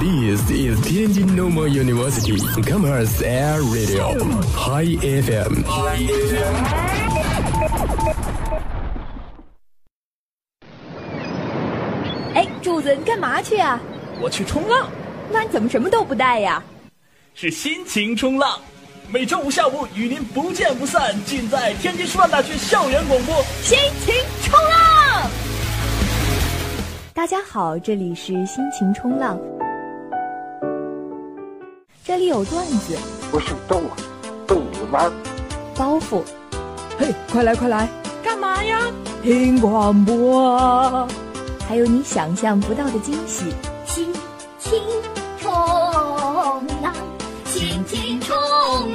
This is Tianjin Normal University Commerce Air Radio High FM。哎，柱子，你干嘛去啊？我去冲浪，那你怎么什么都不带呀？是心情冲浪。每周五下午与您不见不散，尽在天津师范大学校园广播。心情冲浪。大家好，这里是心情冲浪，这里有段子、不是逗啊，逗你玩儿。包袱、嘿，快来快来，干嘛呀？听广播！还有你想象不到的惊喜。心情冲浪，心情冲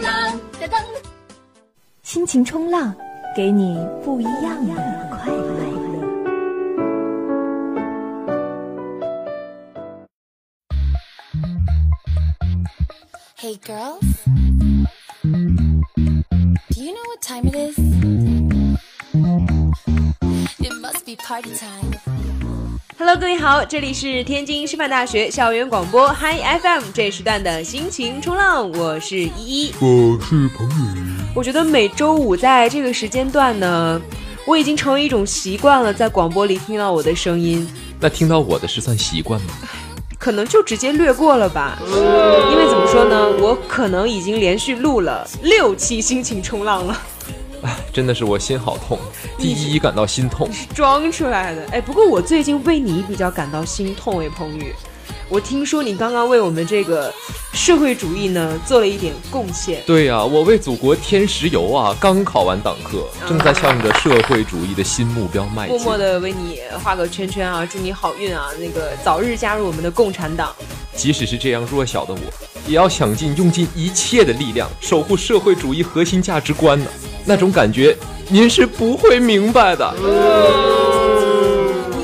浪，噔噔。心情冲浪，给你不一样的快乐。 Hey girls, do you know what time it is? It must be party time. Hello，各位好，这里是天津师范大学校园广播 Hi FM 这时段的心情冲浪，我是依依，我是彭宇。我觉得每周五在这个时间段呢，我已经成为一种习惯了，在广播里听到我的声音，那听到我的是算习惯吗？可能就直接略过了吧。因为怎么说呢，我可能已经连续录了六期心情冲浪了，真的是我心好痛，第一感到心痛。装出来的。哎，不过我最近为你比较感到心痛哎，彭宇，我听说你刚刚为我们这个社会主义呢做了一点贡献。对呀、我为祖国添石油啊！刚考完党课，正在向着社会主义的新目标迈进默。默的为你画个圈圈啊，祝你好运啊！那个早日加入我们的共产党。即使是这样弱小的我，也要想尽用尽一切的力量，守护社会主义核心价值观呢、那种感觉，您是不会明白的。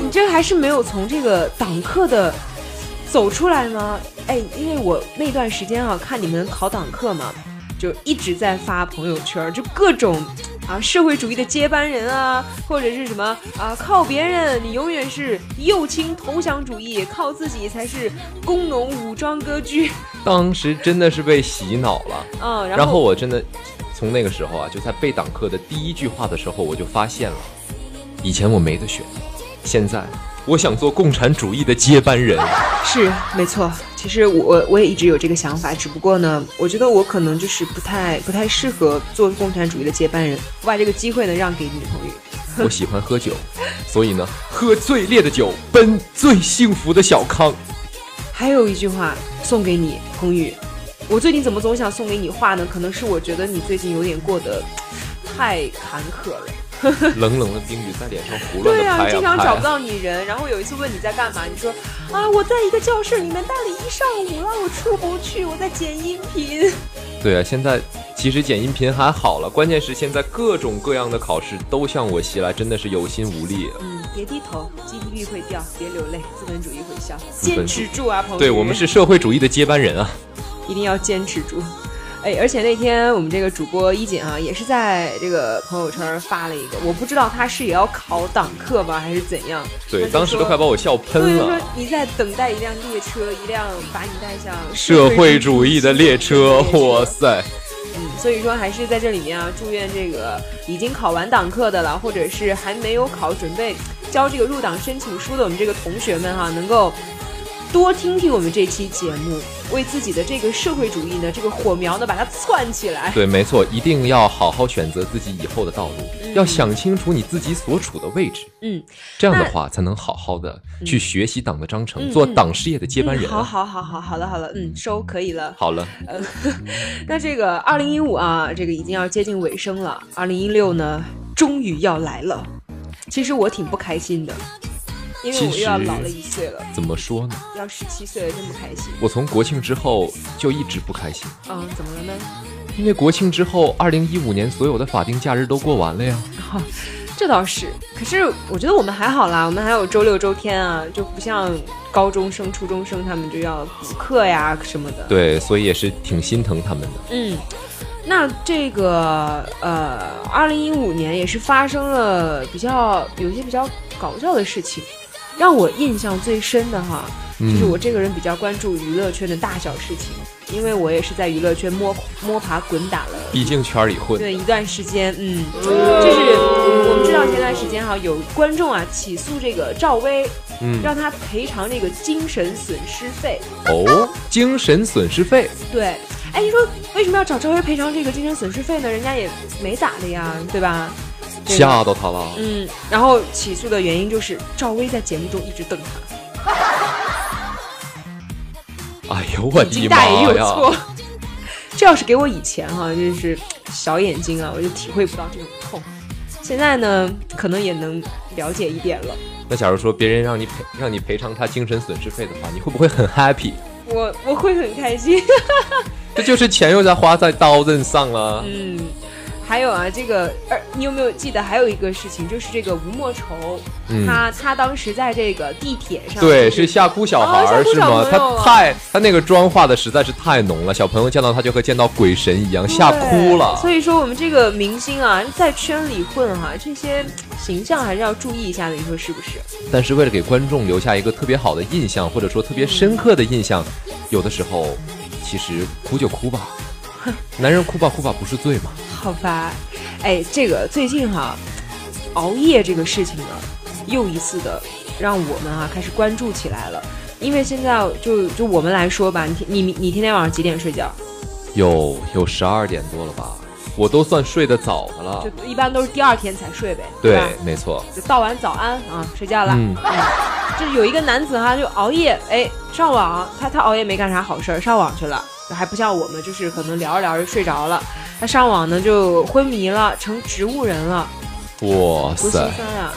你这还是没有从这个党课的走出来吗？哎，因为我那段时间啊，看你们考党课嘛，就一直在发朋友圈，就各种啊社会主义的接班人啊，或者是什么啊靠别人，你永远是右倾投降主义，靠自己才是工农武装割据。当时真的是被洗脑了。嗯，然后我真的从那个时候啊，就在背党课的第一句话的时候，我就发现了，以前我没得选，现在我想做共产主义的接班人。是没错，其实我我也一直有这个想法，只不过呢，我觉得我可能就是不太不太适合做共产主义的接班人。我把这个机会呢让给你，彭宇。我喜欢喝酒，所以呢，喝最烈的酒，奔最幸福的小 康。还有一句话送给你，彭宇。我最近怎么总想送给你话呢？可能是我觉得你最近有点过得太坎坷了。冷冷的冰雨在脸上胡乱对的呀、拍经呀常找不拍啊。到你人。然后有一次问你在干嘛，你说啊，我在一个教室里面待了一上午了，我出不去，我在剪音频。对啊，现在其实剪音频还好了，关键是现在各种各样的考试都向我袭来，真的是有心无力。啊嗯，别低头，GDP 会掉，别流泪，资本主义会笑，资坚本主义持住啊，朋友。对我们是社会主义的接班人啊。一定要坚持住。哎，而且那天我们这个主播一锦啊，也是在这个朋友圈发了一个，我不知道他是也要考党课吧，还是怎样。对，他就当时都说快把我笑喷对，了说。你在等待一辆列车，一辆把你带向社会主义的列车，哇塞！嗯，所以说还是在这里面啊，祝愿这个已经考完党课的了，或者是还没有考，准备交这个入党申请书的我们这个同学们哈、能够多听听我们这期节目，为自己的这个社会主义呢，这个火苗呢，把它窜起 来。对，没错，一定要好好选择自己以后的道路，要想清楚你自己所处的位置，嗯，这样的话才能好好的去学习党的章程，做党事业的接班人啊嗯。好好好好好了好了，嗯，收可以了。嗯好了，那这个二零一五啊，这个已经要接近尾声了，二零一六呢，终于要来了。其实我挺不开心的，因为我又要其实老了一岁了，怎么说呢？要十七岁了，真不开心。我从国庆之后就一直不开心，嗯，怎么了呢？因为国庆之后，二零一五年所有的法定假日都过完了呀。这倒是，可是我觉得我们还好啦，我们还有周六周天啊，就不像高中生、初中生他们就要补课呀什么的。，对，所以也是挺心疼他们的。嗯，那这个呃，二零一五年也是发生了比较有一些比较搞笑的事情。让我印象最深的哈，就是我这个人比较关注娱乐圈的大小事情，因为我也是在娱乐圈摸摸爬滚打了。毕竟圈里混，对一段时间，嗯，就是我们知道前段时间哈，有观众啊起诉这个赵薇，嗯让她赔偿这个精神损失费。哦，精神损失费，对，哎，你说为什么要找赵薇赔偿这个精神损失费呢？人家也没咋的呀，对吧？这个吓到他了。嗯，然后起诉的原因就是赵薇在节目中一直瞪他，哎呦我眼睛的大也妈有呀！错。 这要是给我以前哈、就是小眼睛啊，我就体会不到这种痛。现在呢，可能也能了解一点了。那假如说别人让你赔让你赔偿他精神损失费的话，你会不会很 happy？我我会很开心。这就是钱又在花在刀刃上了。嗯，还有啊，这个二，你有没有记得还有一个事情，就是这个吴莫愁，嗯他他当时在这个地铁上，对，就是吓哭小孩哦吓儿哭是小吗？朋他友啊太他那个妆化的实在是太浓了，小朋友见到他就和见到鬼神一样，吓哭了。所以说，我们这个明星啊，在圈里混哈、这些形象还是要注意一下的，你说是不是？但是为了给观众留下一个特别好的印象，或者说特别深刻的印象，有的时候其实哭就 哭吧，男人哭吧哭吧不是罪嘛。好吧，哎，这个最近哈、熬夜这个事情呢，又一次的让我们啊开始关注起来了。因为现在就就我们来说吧，你天你你天天晚上几点睡觉？有有十二点多了吧，我都算睡得早的了。就一般都是第二天才睡呗，对吧？，没错。就道完早安啊，睡觉了。嗯这有一个男子哈，就熬夜，哎，上网，他他熬夜没干啥好事儿，上网去了，还不像我们，就是可能聊着聊着睡着了，他上网呢就昏迷了，成植物人 了，哇多心塞，酸 啊！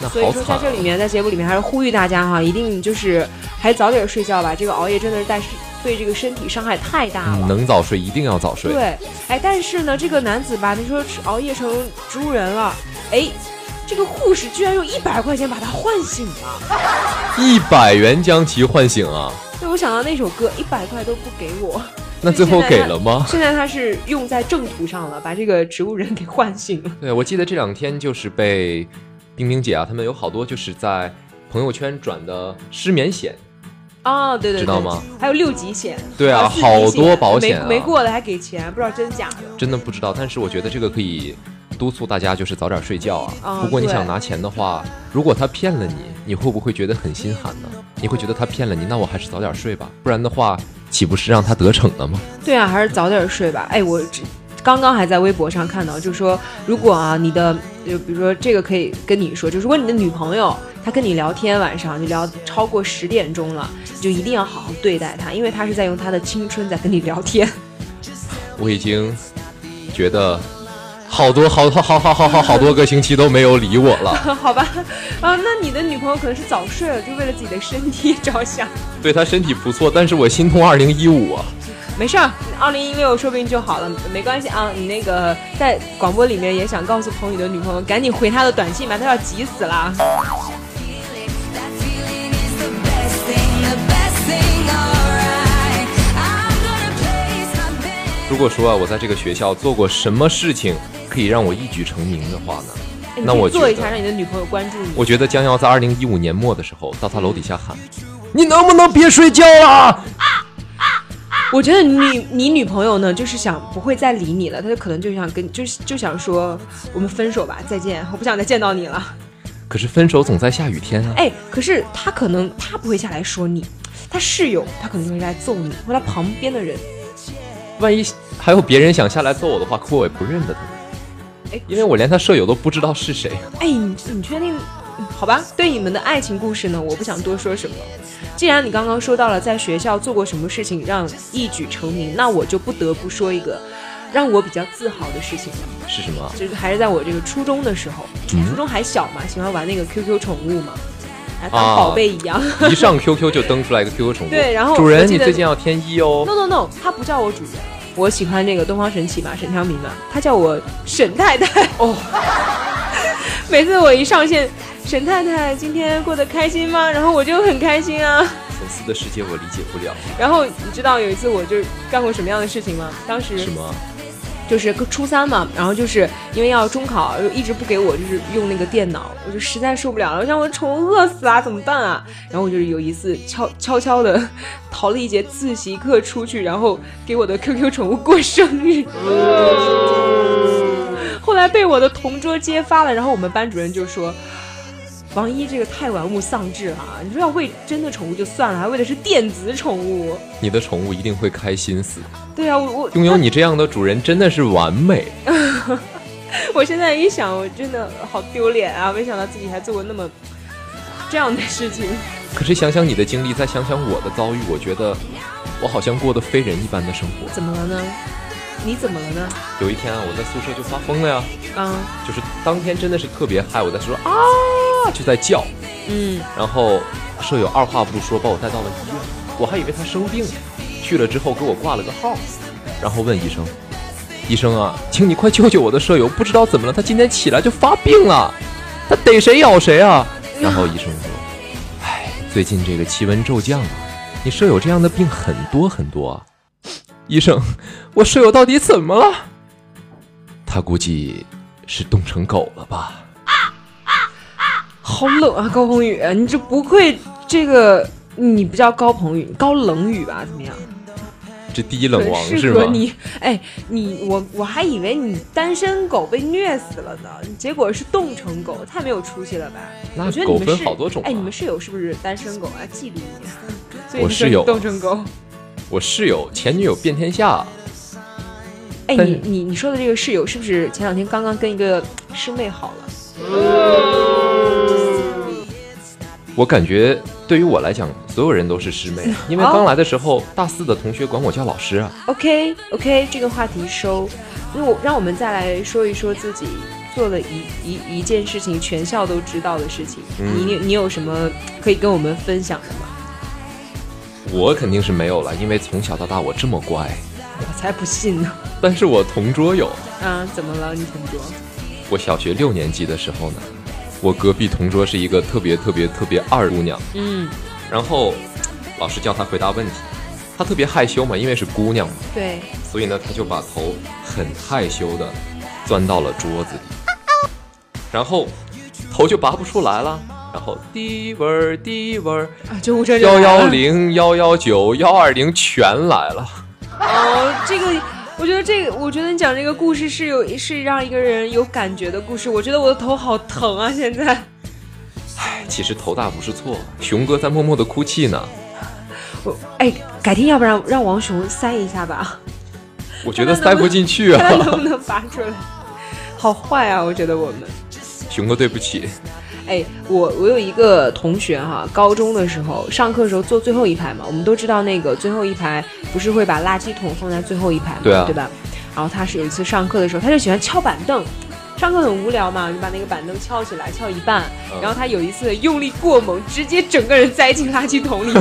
那所以好说，在惨啊这里面，在节目里面还是呼吁大家哈，一定就是还早点睡觉吧，这个熬夜真的是带对这个身体伤害太大啊、了。能早睡一定要早睡。对，哎，但是呢，这个男子吧，你说吃熬夜成植物人了，哎，这个护士居然用一百块钱把他唤醒了。一百元将其唤醒啊！对，我想到那首歌，一百块都不给我。那最后给了吗？ 现在他是用在正途上了，把这个植物人给唤醒了。对，我记得这两天就是被冰冰姐啊，他们有好多就是在朋友圈转的失眠险。哦，对对对，知道吗？还有六级险，对啊还有四级好多保险啊没没过的还给钱，不知道真假的。真的不知道，但是我觉得这个可以督促大家就是早点睡觉啊。啊不过你对想拿钱的话，如果他骗了你，你会不会觉得很心寒呢？你会觉得他骗了你，那我还是早点睡吧，不然的话，岂不是让他得逞了吗？对啊，还是早点睡吧。哎，我这刚刚还在微博上看到，就说如果啊你的，就比如说这个可以跟你说，就如果你的女朋友她跟你聊天，晚上就聊超过十点钟了，你就一定要好好对待她，因为她是在用她的青春在跟你聊天。我已经觉得好多好好好好好好好多个星期都没有理我 了，好吧，啊，那你的女朋友可能是早睡了，就为了自己的身体着 想。对他身体不错，但是我心痛二零一五啊。没事儿，二零一六说不定就好了，没关系啊。你那个在广播里面也想告诉彭宇的女朋友，赶紧回她的短信吧，她要急死了。如果说啊，我在这个学校做过什么事情可以让我一举成名的话呢？哎你那可以我觉做一得下，让你的女朋友关注你。我觉得将要在二零一五年末的时候到他楼底下喊：“你能不能别睡觉啊我觉得你你女朋友呢，就是想不会再理你了，她就可能就想跟就是就想说我们分手吧，再见，我不想再见到你了。？”可是分手总在下雨天啊！哎，可是她可能她不会下来说你，她室友她可能会来揍你，或者她旁边的人。万一还有别人想下来揍我的话，可我也不认得他，哎，因为我连他舍友都不知道是谁。啊哎，你你确定？嗯好吧，对你们的爱情故事呢，我不想多说什么。既然你刚刚说到了在学校做过什么事情让一举成名，那我就不得不说一个让我比较自豪的事情了。是什么？啊就是还是在我这个初中的时候，初中还小嘛，喜欢玩那个 QQ 宠物嘛，啊，当啊宝贝一样。 一上 QQ 就登出来一个 QQ 宠物，对然后主我人记你得最近要添衣哦 no。no no，他不叫我主人，我喜欢那个东方神起嘛，沈昌明嘛，他叫我沈太太。哦， 每次我一上线，沈太太今天过得开心吗？然后我就很开心啊。粉丝的世界我理解不了，然后你知道有一次我就干过什么样的事情吗？当时是吗？就是初三嘛，然后就是因为要中考，就一直不给我就是用那个电脑，我就实在受不了了，让我虫饿死啊，怎么办啊？然后我就是有一次悄悄悄的逃了一节自习课出去，然后给我的 QQ 宠物过生日。后来被我的同桌揭发了，然后我们班主任就说：“王一这个太玩物丧志了、啊，你说要喂真的宠物就算了，还喂的是电子宠物。”你的宠物一定会开心死。对啊，我我拥有你这样的主人真的是完美。我现在一想，我真的好丢脸啊！没想到自己还做过那么这样的事情。可是想想你的经历，再想想我的遭遇，我觉得我好像过得非人一般的生活。怎么了呢？你怎么了呢？有一天啊，我在宿舍就发疯了呀。啊，就是当天真的是特别嗨，我在宿舍啊就在叫，嗯，然后舍友二话不说把我带到了医院，我还以为他生病了，去了之后给我挂了个号，然后问医生，医生啊，请你快救救我的舍友，不知道怎么了，他今天起来就发病了，他逮谁咬谁啊。然后医生说，唉，最近这个气温骤降啊，你舍友这样的病很多很多啊。医生，我舍友到底怎么了？他估计是冻成狗了吧？好冷啊，高鹏宇，你这不愧这个你不叫高鹏宇，高冷宇吧？怎么样？这第一冷王适合你，哎，你我我还以为你单身狗被虐死了呢，结果是冻成狗，太没有出息了吧？那我觉得狗你们分是好多种、啊，哎，你们室友是不是单身狗啊？嫉妒你啊，所以我你说室友你冻成狗。我室友前女友遍天下，哎，但是你你你说的这个室友是不是前两天刚刚跟一个师妹好了？我感觉对于我来讲，所有人都是师妹，啊因为刚来的时候，大四的同学管我叫老师啊。 OK OK，这个话题收。那我让我们再来说一说自己做了一一一件事情，全校都知道的事情。你嗯你有什么可以跟我们分享的吗？我肯定是没有了，因为从小到大我这么乖，我才不信呢！但是我同桌有。 啊，怎么了，你同桌？我小学六年级的时候呢，我隔壁同桌是一个特别特别特别二姑娘，嗯，然后老师叫她回答问题，她特别害羞嘛，因为是姑娘嘛，对，所以呢，她就把头很害羞的钻到了桌子里，然后头就拔不出来了，然后滴味儿滴味儿，啊，救护车就幺来幺了零幺幺九幺二零全来了。哦，这个，我觉得这个，我觉得你讲这个故事是有是让一个人有感觉的故事。我觉得我的头好疼啊，现在。哎其实头大不是错，熊哥在默默的哭泣呢。我哎，改天要不然让王雄塞一下 吧，我觉得塞不进去看他能 啊，不能拔出来。好坏啊，我觉得我们。熊哥对不起。哎，我我有一个同学哈，高中的时候上课的时候坐最后一排嘛，我们都知道那个最后一排不是会把垃圾桶放在最后一排嘛，对啊吧？然后他是有一次上课的时候，他就喜欢敲板凳，上课很无聊嘛，就把那个板凳翘起来，翘一半。嗯然后他有一次用力过猛，直接整个人栽进垃圾桶里。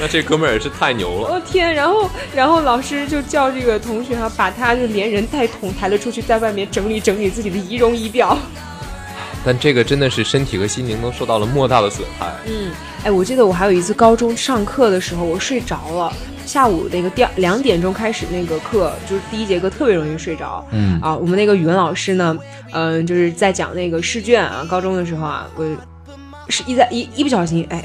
那这哥们儿也是太牛我、了，哦天！然后然后老师就叫这个同学哈、啊把他就连人带桶抬了出去，在外面整理整理自己的仪容仪表。但这个真的是身体和心灵都受到了莫大的损害。嗯，哎，我记得我还有一次高中上课的时候，我睡着了。下午那个第二两点钟开始那个课，就是第一节课特别容易睡着。嗯啊，我们那个语文老师呢，嗯、就是在讲那个试卷啊，高中的时候啊，我是一在一一不小心，哎，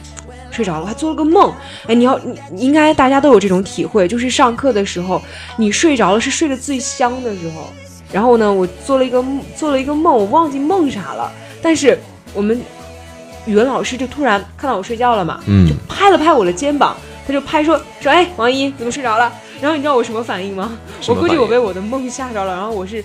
睡着了，我还做了个梦。哎，你要你你应该大家都有这种体会，就是上课的时候你睡着了是睡得最香的时候。然后呢，我做了一个梦做了一个梦，我忘记梦啥了，但是我们语文老师就突然看到我睡觉了嘛，嗯，拍了拍我的肩膀，他就拍说说哎，王一怎么睡着了？然后你知道我什么反应吗？什我么估计反应我被我的梦吓着了，然后我是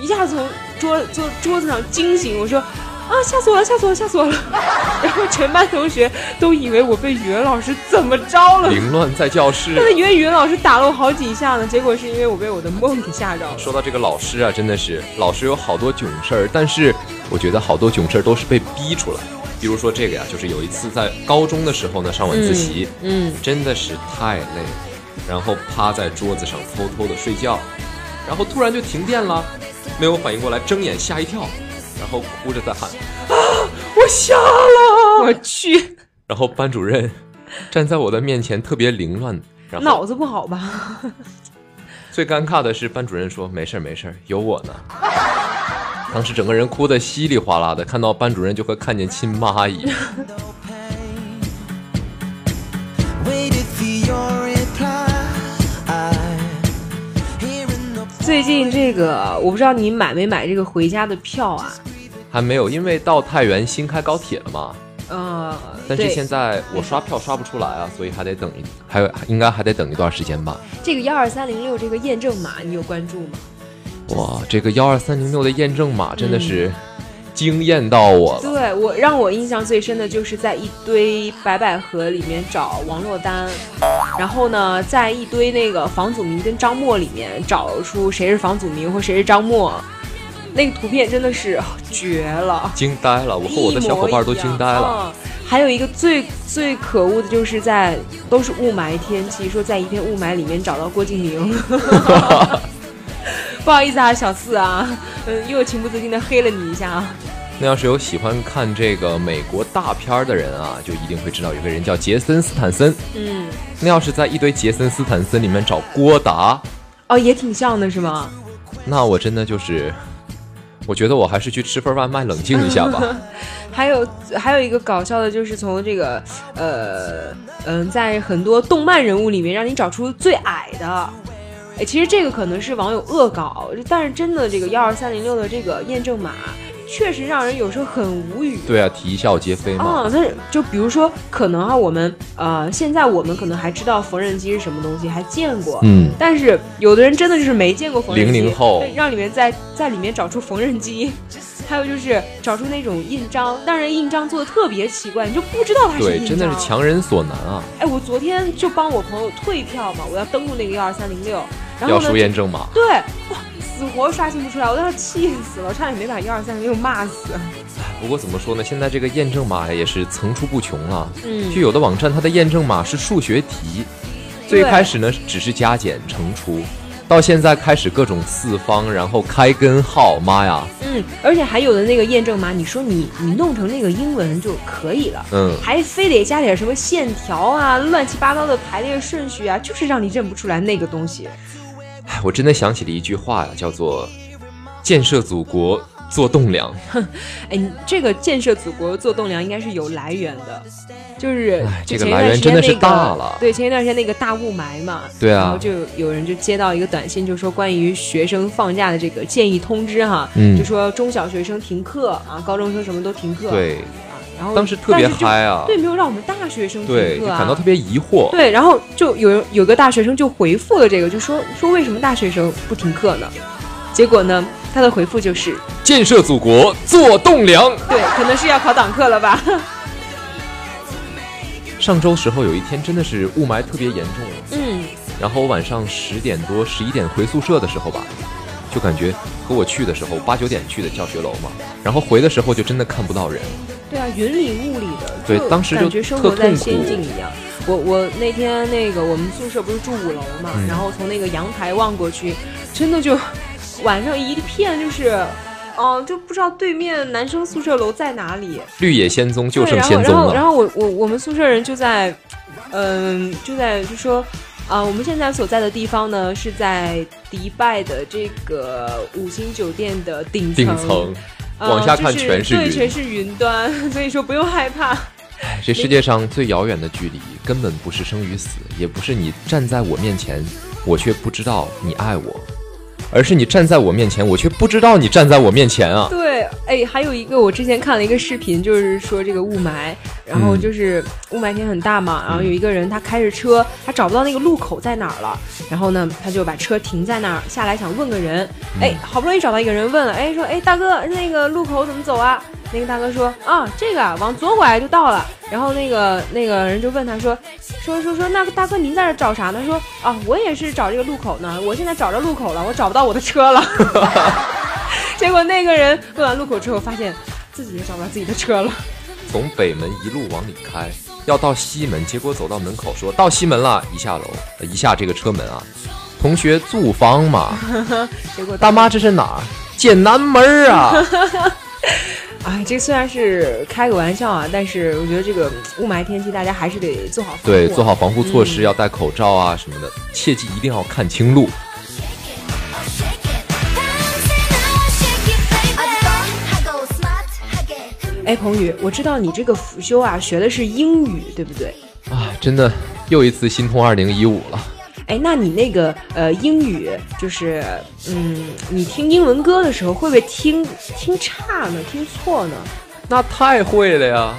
一下从桌桌桌子上惊醒，我说啊吓死我了，吓死我了，吓死我了！ 然后全班同学都以为我被语文老师怎么着 了，凌乱在教室 他。们以为语文老师打了我好几下呢，结果是因为我被我的梦给吓着了。说到这个老师啊，真的是老师有好多囧事儿，但是我觉得好多囧事儿都是被逼出来。比如说这个呀，就是有一次在高中的时候呢，上晚自习，嗯，真的是太累了，然后趴在桌子上偷偷的睡觉，然后突然就停电了，没有反应过来，睁眼吓一跳，然后哭着在喊我去，然后班主任站在我的面前特别凌乱，然后脑子不好吧？最尴尬的是班主任说没事儿没事儿，有我呢。 当时整个人哭得稀里哗啦的，看到班主任就和看见亲 妈一样。最近这个我不知道你买没买这个回家的票啊？还没有，因为到太原新开高铁了嘛。呃，但对是现在我刷票刷不出来啊，所以还得等一，还有应该还得等一段时间吧。这个幺二三零六这个验证码你有关注吗？哇，这个幺二三零六的验证码真的嗯是惊艳到我了。对我让我印象最深的就是在一堆白百合里面找王珞丹，然后呢，在一堆那个房祖名跟张默里面找出谁是房祖名或谁是张默，那个图片真的是绝了。惊呆了，我和我的小伙伴都惊呆了。一模一样。嗯还有一个最最可恶的就是在都是雾霾天气，说在一片雾霾里面找到郭敬明。 不好意思啊，小四啊，嗯，又情不自禁的黑了你一下啊。那要是有喜欢看这个美国大片儿的人啊，就一定会知道有个人叫杰森斯坦森。嗯，那要是在一堆杰森斯坦森里面找郭达，哦，也挺像的是吗？那我真的就是，我觉得我还是去吃份外卖冷静一下吧。 还有还有一个搞笑的，就是从这个呃嗯、在很多动漫人物里面，让你找出最矮的。哎，其实这个可能是网友恶搞，但是真的这个幺二三零六的这个验证码，确实让人有时候很无语。对啊，啼笑皆非嘛。啊，那就比如说，可能啊，我们呃，现在我们可能还知道缝纫机是什么东西，还见过，嗯，但是有的人真的就是没见过缝纫机， 00后对让里面在在里面找出缝纫机， 还有就是找出那种印章，当然印章做的特别奇怪，你就不知道它是印对，章，真的是。强人所难啊。哎，我昨天就帮我朋友退票嘛，我要登录那个幺二三零六，然要后呢输，验证码，对，哇，死活刷新不出来，我当时气死了，差点没把幺二三零六骂死。嗯不过怎么说呢，现在这个验证码也是层出不穷啊。嗯就有的网站它的验证码是数学题，最开始呢只是加减乘除，到现在开始各种次方，然后开根号，妈呀，嗯，而且还有的那个验证码，你说你你弄成那个英文就可以了，嗯还非得加点什么线条啊、乱七八糟的排列顺序啊，就是让你认不出来那个东西。哎我真的想起了一句话呀，叫做“建设祖国，做栋梁哎，你这个建设祖国做栋梁应该是有来源的，就是哎就这前个一段来源时间真的是那个大了对，前一段时间那个大雾霾嘛，对啊然后就有人就接到一个短信，就说关于学生放假的这个建议通知哈，嗯就说中小学生停课啊，高中生什么都停”。课，对，啊，然后当时特别但是就嗨啊对，没有让我们大学生听对，就课啊，感到特别疑惑。对，然后就有有个大学生就回复了这个，就说说为什么大学生不听课呢？结果呢，他的回复就是建设祖国，做栋梁。对，可能是要考党课了吧。上周时候有一天真的是雾霾特别严重， 嗯，然后我晚上十点多、十一点回宿舍的时候吧，就感觉和我去的时候八九点去的教学楼嘛，然后回的时候就真的看不到人。对啊，云里雾里的，对就当时就感觉生特活在痛仙苦境一样。我我那天那个我们宿舍不是住五楼嘛，嗯然后从那个阳台望过去，真的就晚上一片就是，哦、就不知道对面男生宿舍楼在哪里。绿野仙踪就对，剩然后仙踪然后然了，后我我我们宿舍人就在，嗯、就在就说啊、我们现在所在的地方呢是在迪拜的这个五星酒店的顶层，顶层，呃往下看就是全是对，云全是云端， 所以说不用害怕。哎这世界上最遥远的距离，根本不是生与死，也不是你站在我面前，我却不知道你爱我，而是你站在我面前，我却不知道你站在我面前啊！对，哎，还有一个我之前看了一个视频，就是说这个雾霾，然后嗯就是雾霾天很大嘛，然后有一个人他开着车，他找不到那个路口在哪儿了，然后呢他就把车停在那儿，下来想问个人，哎，好不容易找到一个人问了，哎说哎大哥那个路口怎么走啊？那个大哥说啊这个啊往左拐就到了，然后那个那个人就问他说说说说那个大哥您在这儿找啥呢？说啊我也是找这个路口呢，我现在找着路口了，我找不到我的车了。 结果那个人问完路口之后，发现自己也找不到自己的车了。从北门一路往里开，要到西门，结果走到门口说到西门了，一下楼，呃一下这个车门啊，同学租房嘛。 结果大妈，这是哪儿？剑南门 儿啊！ 哎，这虽然是开个玩笑啊，但是我觉得这个雾霾天气，大家还是得做好防护啊对，做好。防护措施，要戴口罩啊什么的，切记一定要看清路。哎，彭宇，我知道你这个辅修啊，学的是英语，对不对？啊，真的又一次心痛二零一五了。哎，那你那个呃英语就是嗯，你听英文歌的时候会不会听听差呢？听错呢？那太会了呀！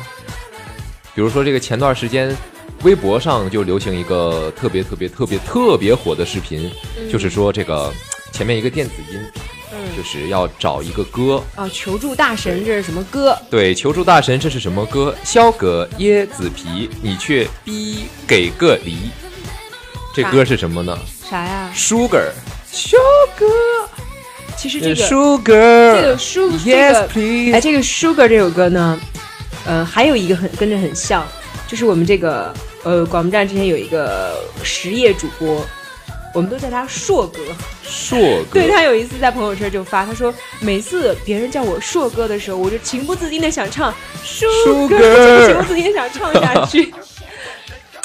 比如说这个前段时间，微博上就流行一个特别特别特别特别火的视频，嗯就是说这个前面一个电子音，嗯就是要找一个歌，啊，求助大神这是什么歌？对，求助大神这是什么歌？削个椰子皮，你却逼给个梨。这啊歌是什么呢啥呀？ ？Sugar，其实这个 Sugar，这个 sugar， Yes, please 哎，这个 sugar 这首歌呢，呃，还有一个很跟着很像，就是我们这个呃广播站之前有一个实业主播，我们都叫他硕哥。硕哥，对他有一次在朋友圈就发，他说每次别人叫我硕哥的时候，我就情不自禁的想唱 Sugar 就是情不自禁的想唱下去。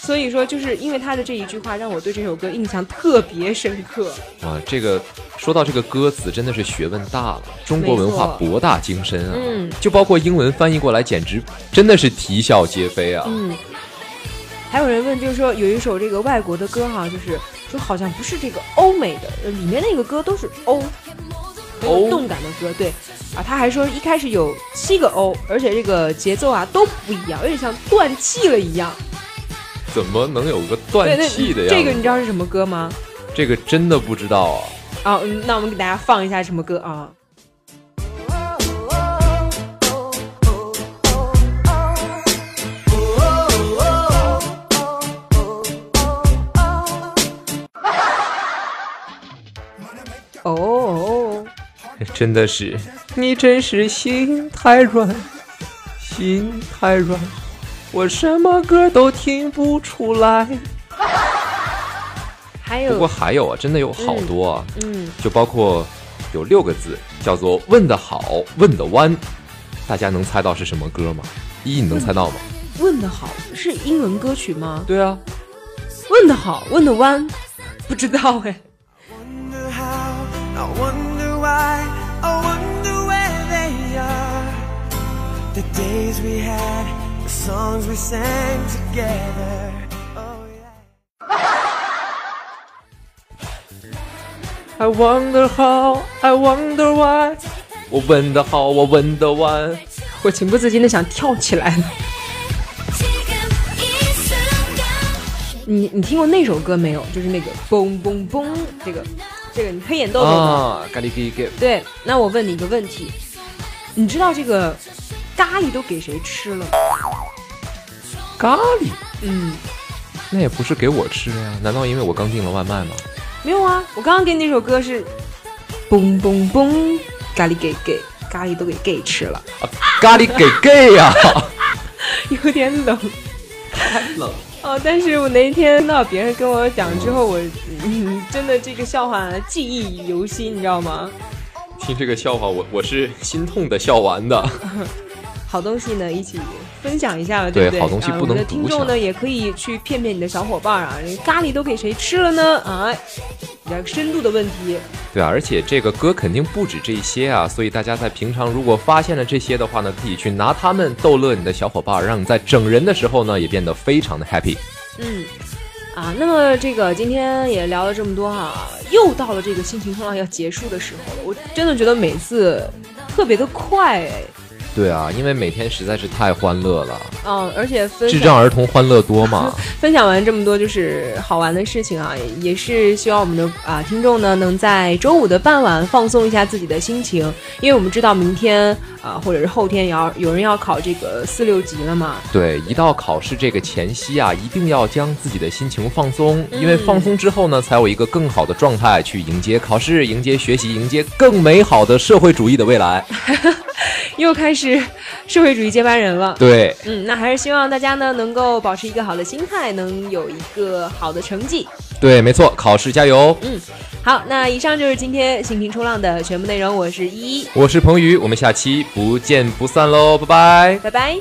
所以说，就是因为他的这一句话，让我对这首歌印象特别深刻。哇，啊这个说到这个歌词，真的是学问大了，中国文化博大精深啊，嗯就包括英文翻译过来，简直真的是啼笑皆非啊。嗯，还有人问，就是说有一首这个外国的歌哈，就是说好像不是这个欧美的，呃里面那个歌都是欧，很有欧动感的歌，对啊，他还说一开始有七个欧，而且这个节奏啊都不一样，有点像断气了一样。怎么能有个断气对，那的呀？这个你知道是什么歌吗？这个真的不知道啊。啊，嗯那我们给大家放一下什么歌啊？哦哦， 真的是，你真是心太软，心太软，我什么歌都听不出来。还不过有，还有啊，真的有好多啊，嗯，就包括有六个字叫做“问得好，问得弯”，大家能猜到是什么歌吗？一，你能猜到吗？问的好，是英文歌曲吗？对啊，问的好，问的弯，不知道哎。 wonder how, I wonder why, I wonder where they are. The days we had, the songs we sang together. Oh yeah. I wonder how, I wonder why。我问得好，我问得弯。我情不自禁的想跳起来。你你听过那首歌没有？就是那个嘣嘣嘣，这个这个你黑眼豆豆吗？啊，咖喱给给，对，那我问你一个问题，你知道这个咖喱都给谁吃了吗？咖喱，嗯，那也不是给我吃的呀？难道因为我刚订了外卖吗？没有啊，我刚刚给你那首歌是嘣嘣嘣，咖喱给给咖喱都给 gay 吃了， 啊咖喱给啊 gay 呀、有点冷。冷。哦，但是我那天听到别人跟我讲之后，我嗯，真的这个笑话记忆犹新，你知道吗？听这个笑话，我我是心痛的笑完的。好东西呢，一起分享一下吧，不对？对好东西啊不能我们的独听众呢，享也可以去骗骗你的小伙伴啊，人咖喱都给谁吃了呢？啊，比较深度的问题。对啊，而且这个歌肯定不止这些啊，所以大家在平常如果发现了这些的话呢，可以去拿它们逗乐你的小伙伴儿，让你在整人的时候呢也变得非常的 happy。嗯，啊，那么这个今天也聊了这么多哈、又到了这个心情冲浪要结束的时候了。我真的觉得每次特别的快哎，对啊，因为每天实在是太欢乐了，嗯、而且分智享障儿童欢乐多 嘛。分享完这么多就是好玩的事情啊，也是希望我们的啊、听众呢能在周五的傍晚放松一下自己的心情，因为我们知道明天啊、或者是后天也要有人要考这个四六级了嘛。 对，一到考试这个前夕啊，一定要将自己的心情放松，因为放松之后呢，才有一个更好的状态去迎接考试、迎接学习、迎接更美好的社会主义的未来。又开始社会主义接班人了。对，嗯，那还是希望大家呢能够保持一个好的心态，能有一个好的成绩。对，没错，考试加油！好，那以上就是今天心情冲浪的全部内容，我是依依，我是彭宇，我们下期不见不散喽，拜拜。拜拜。oh,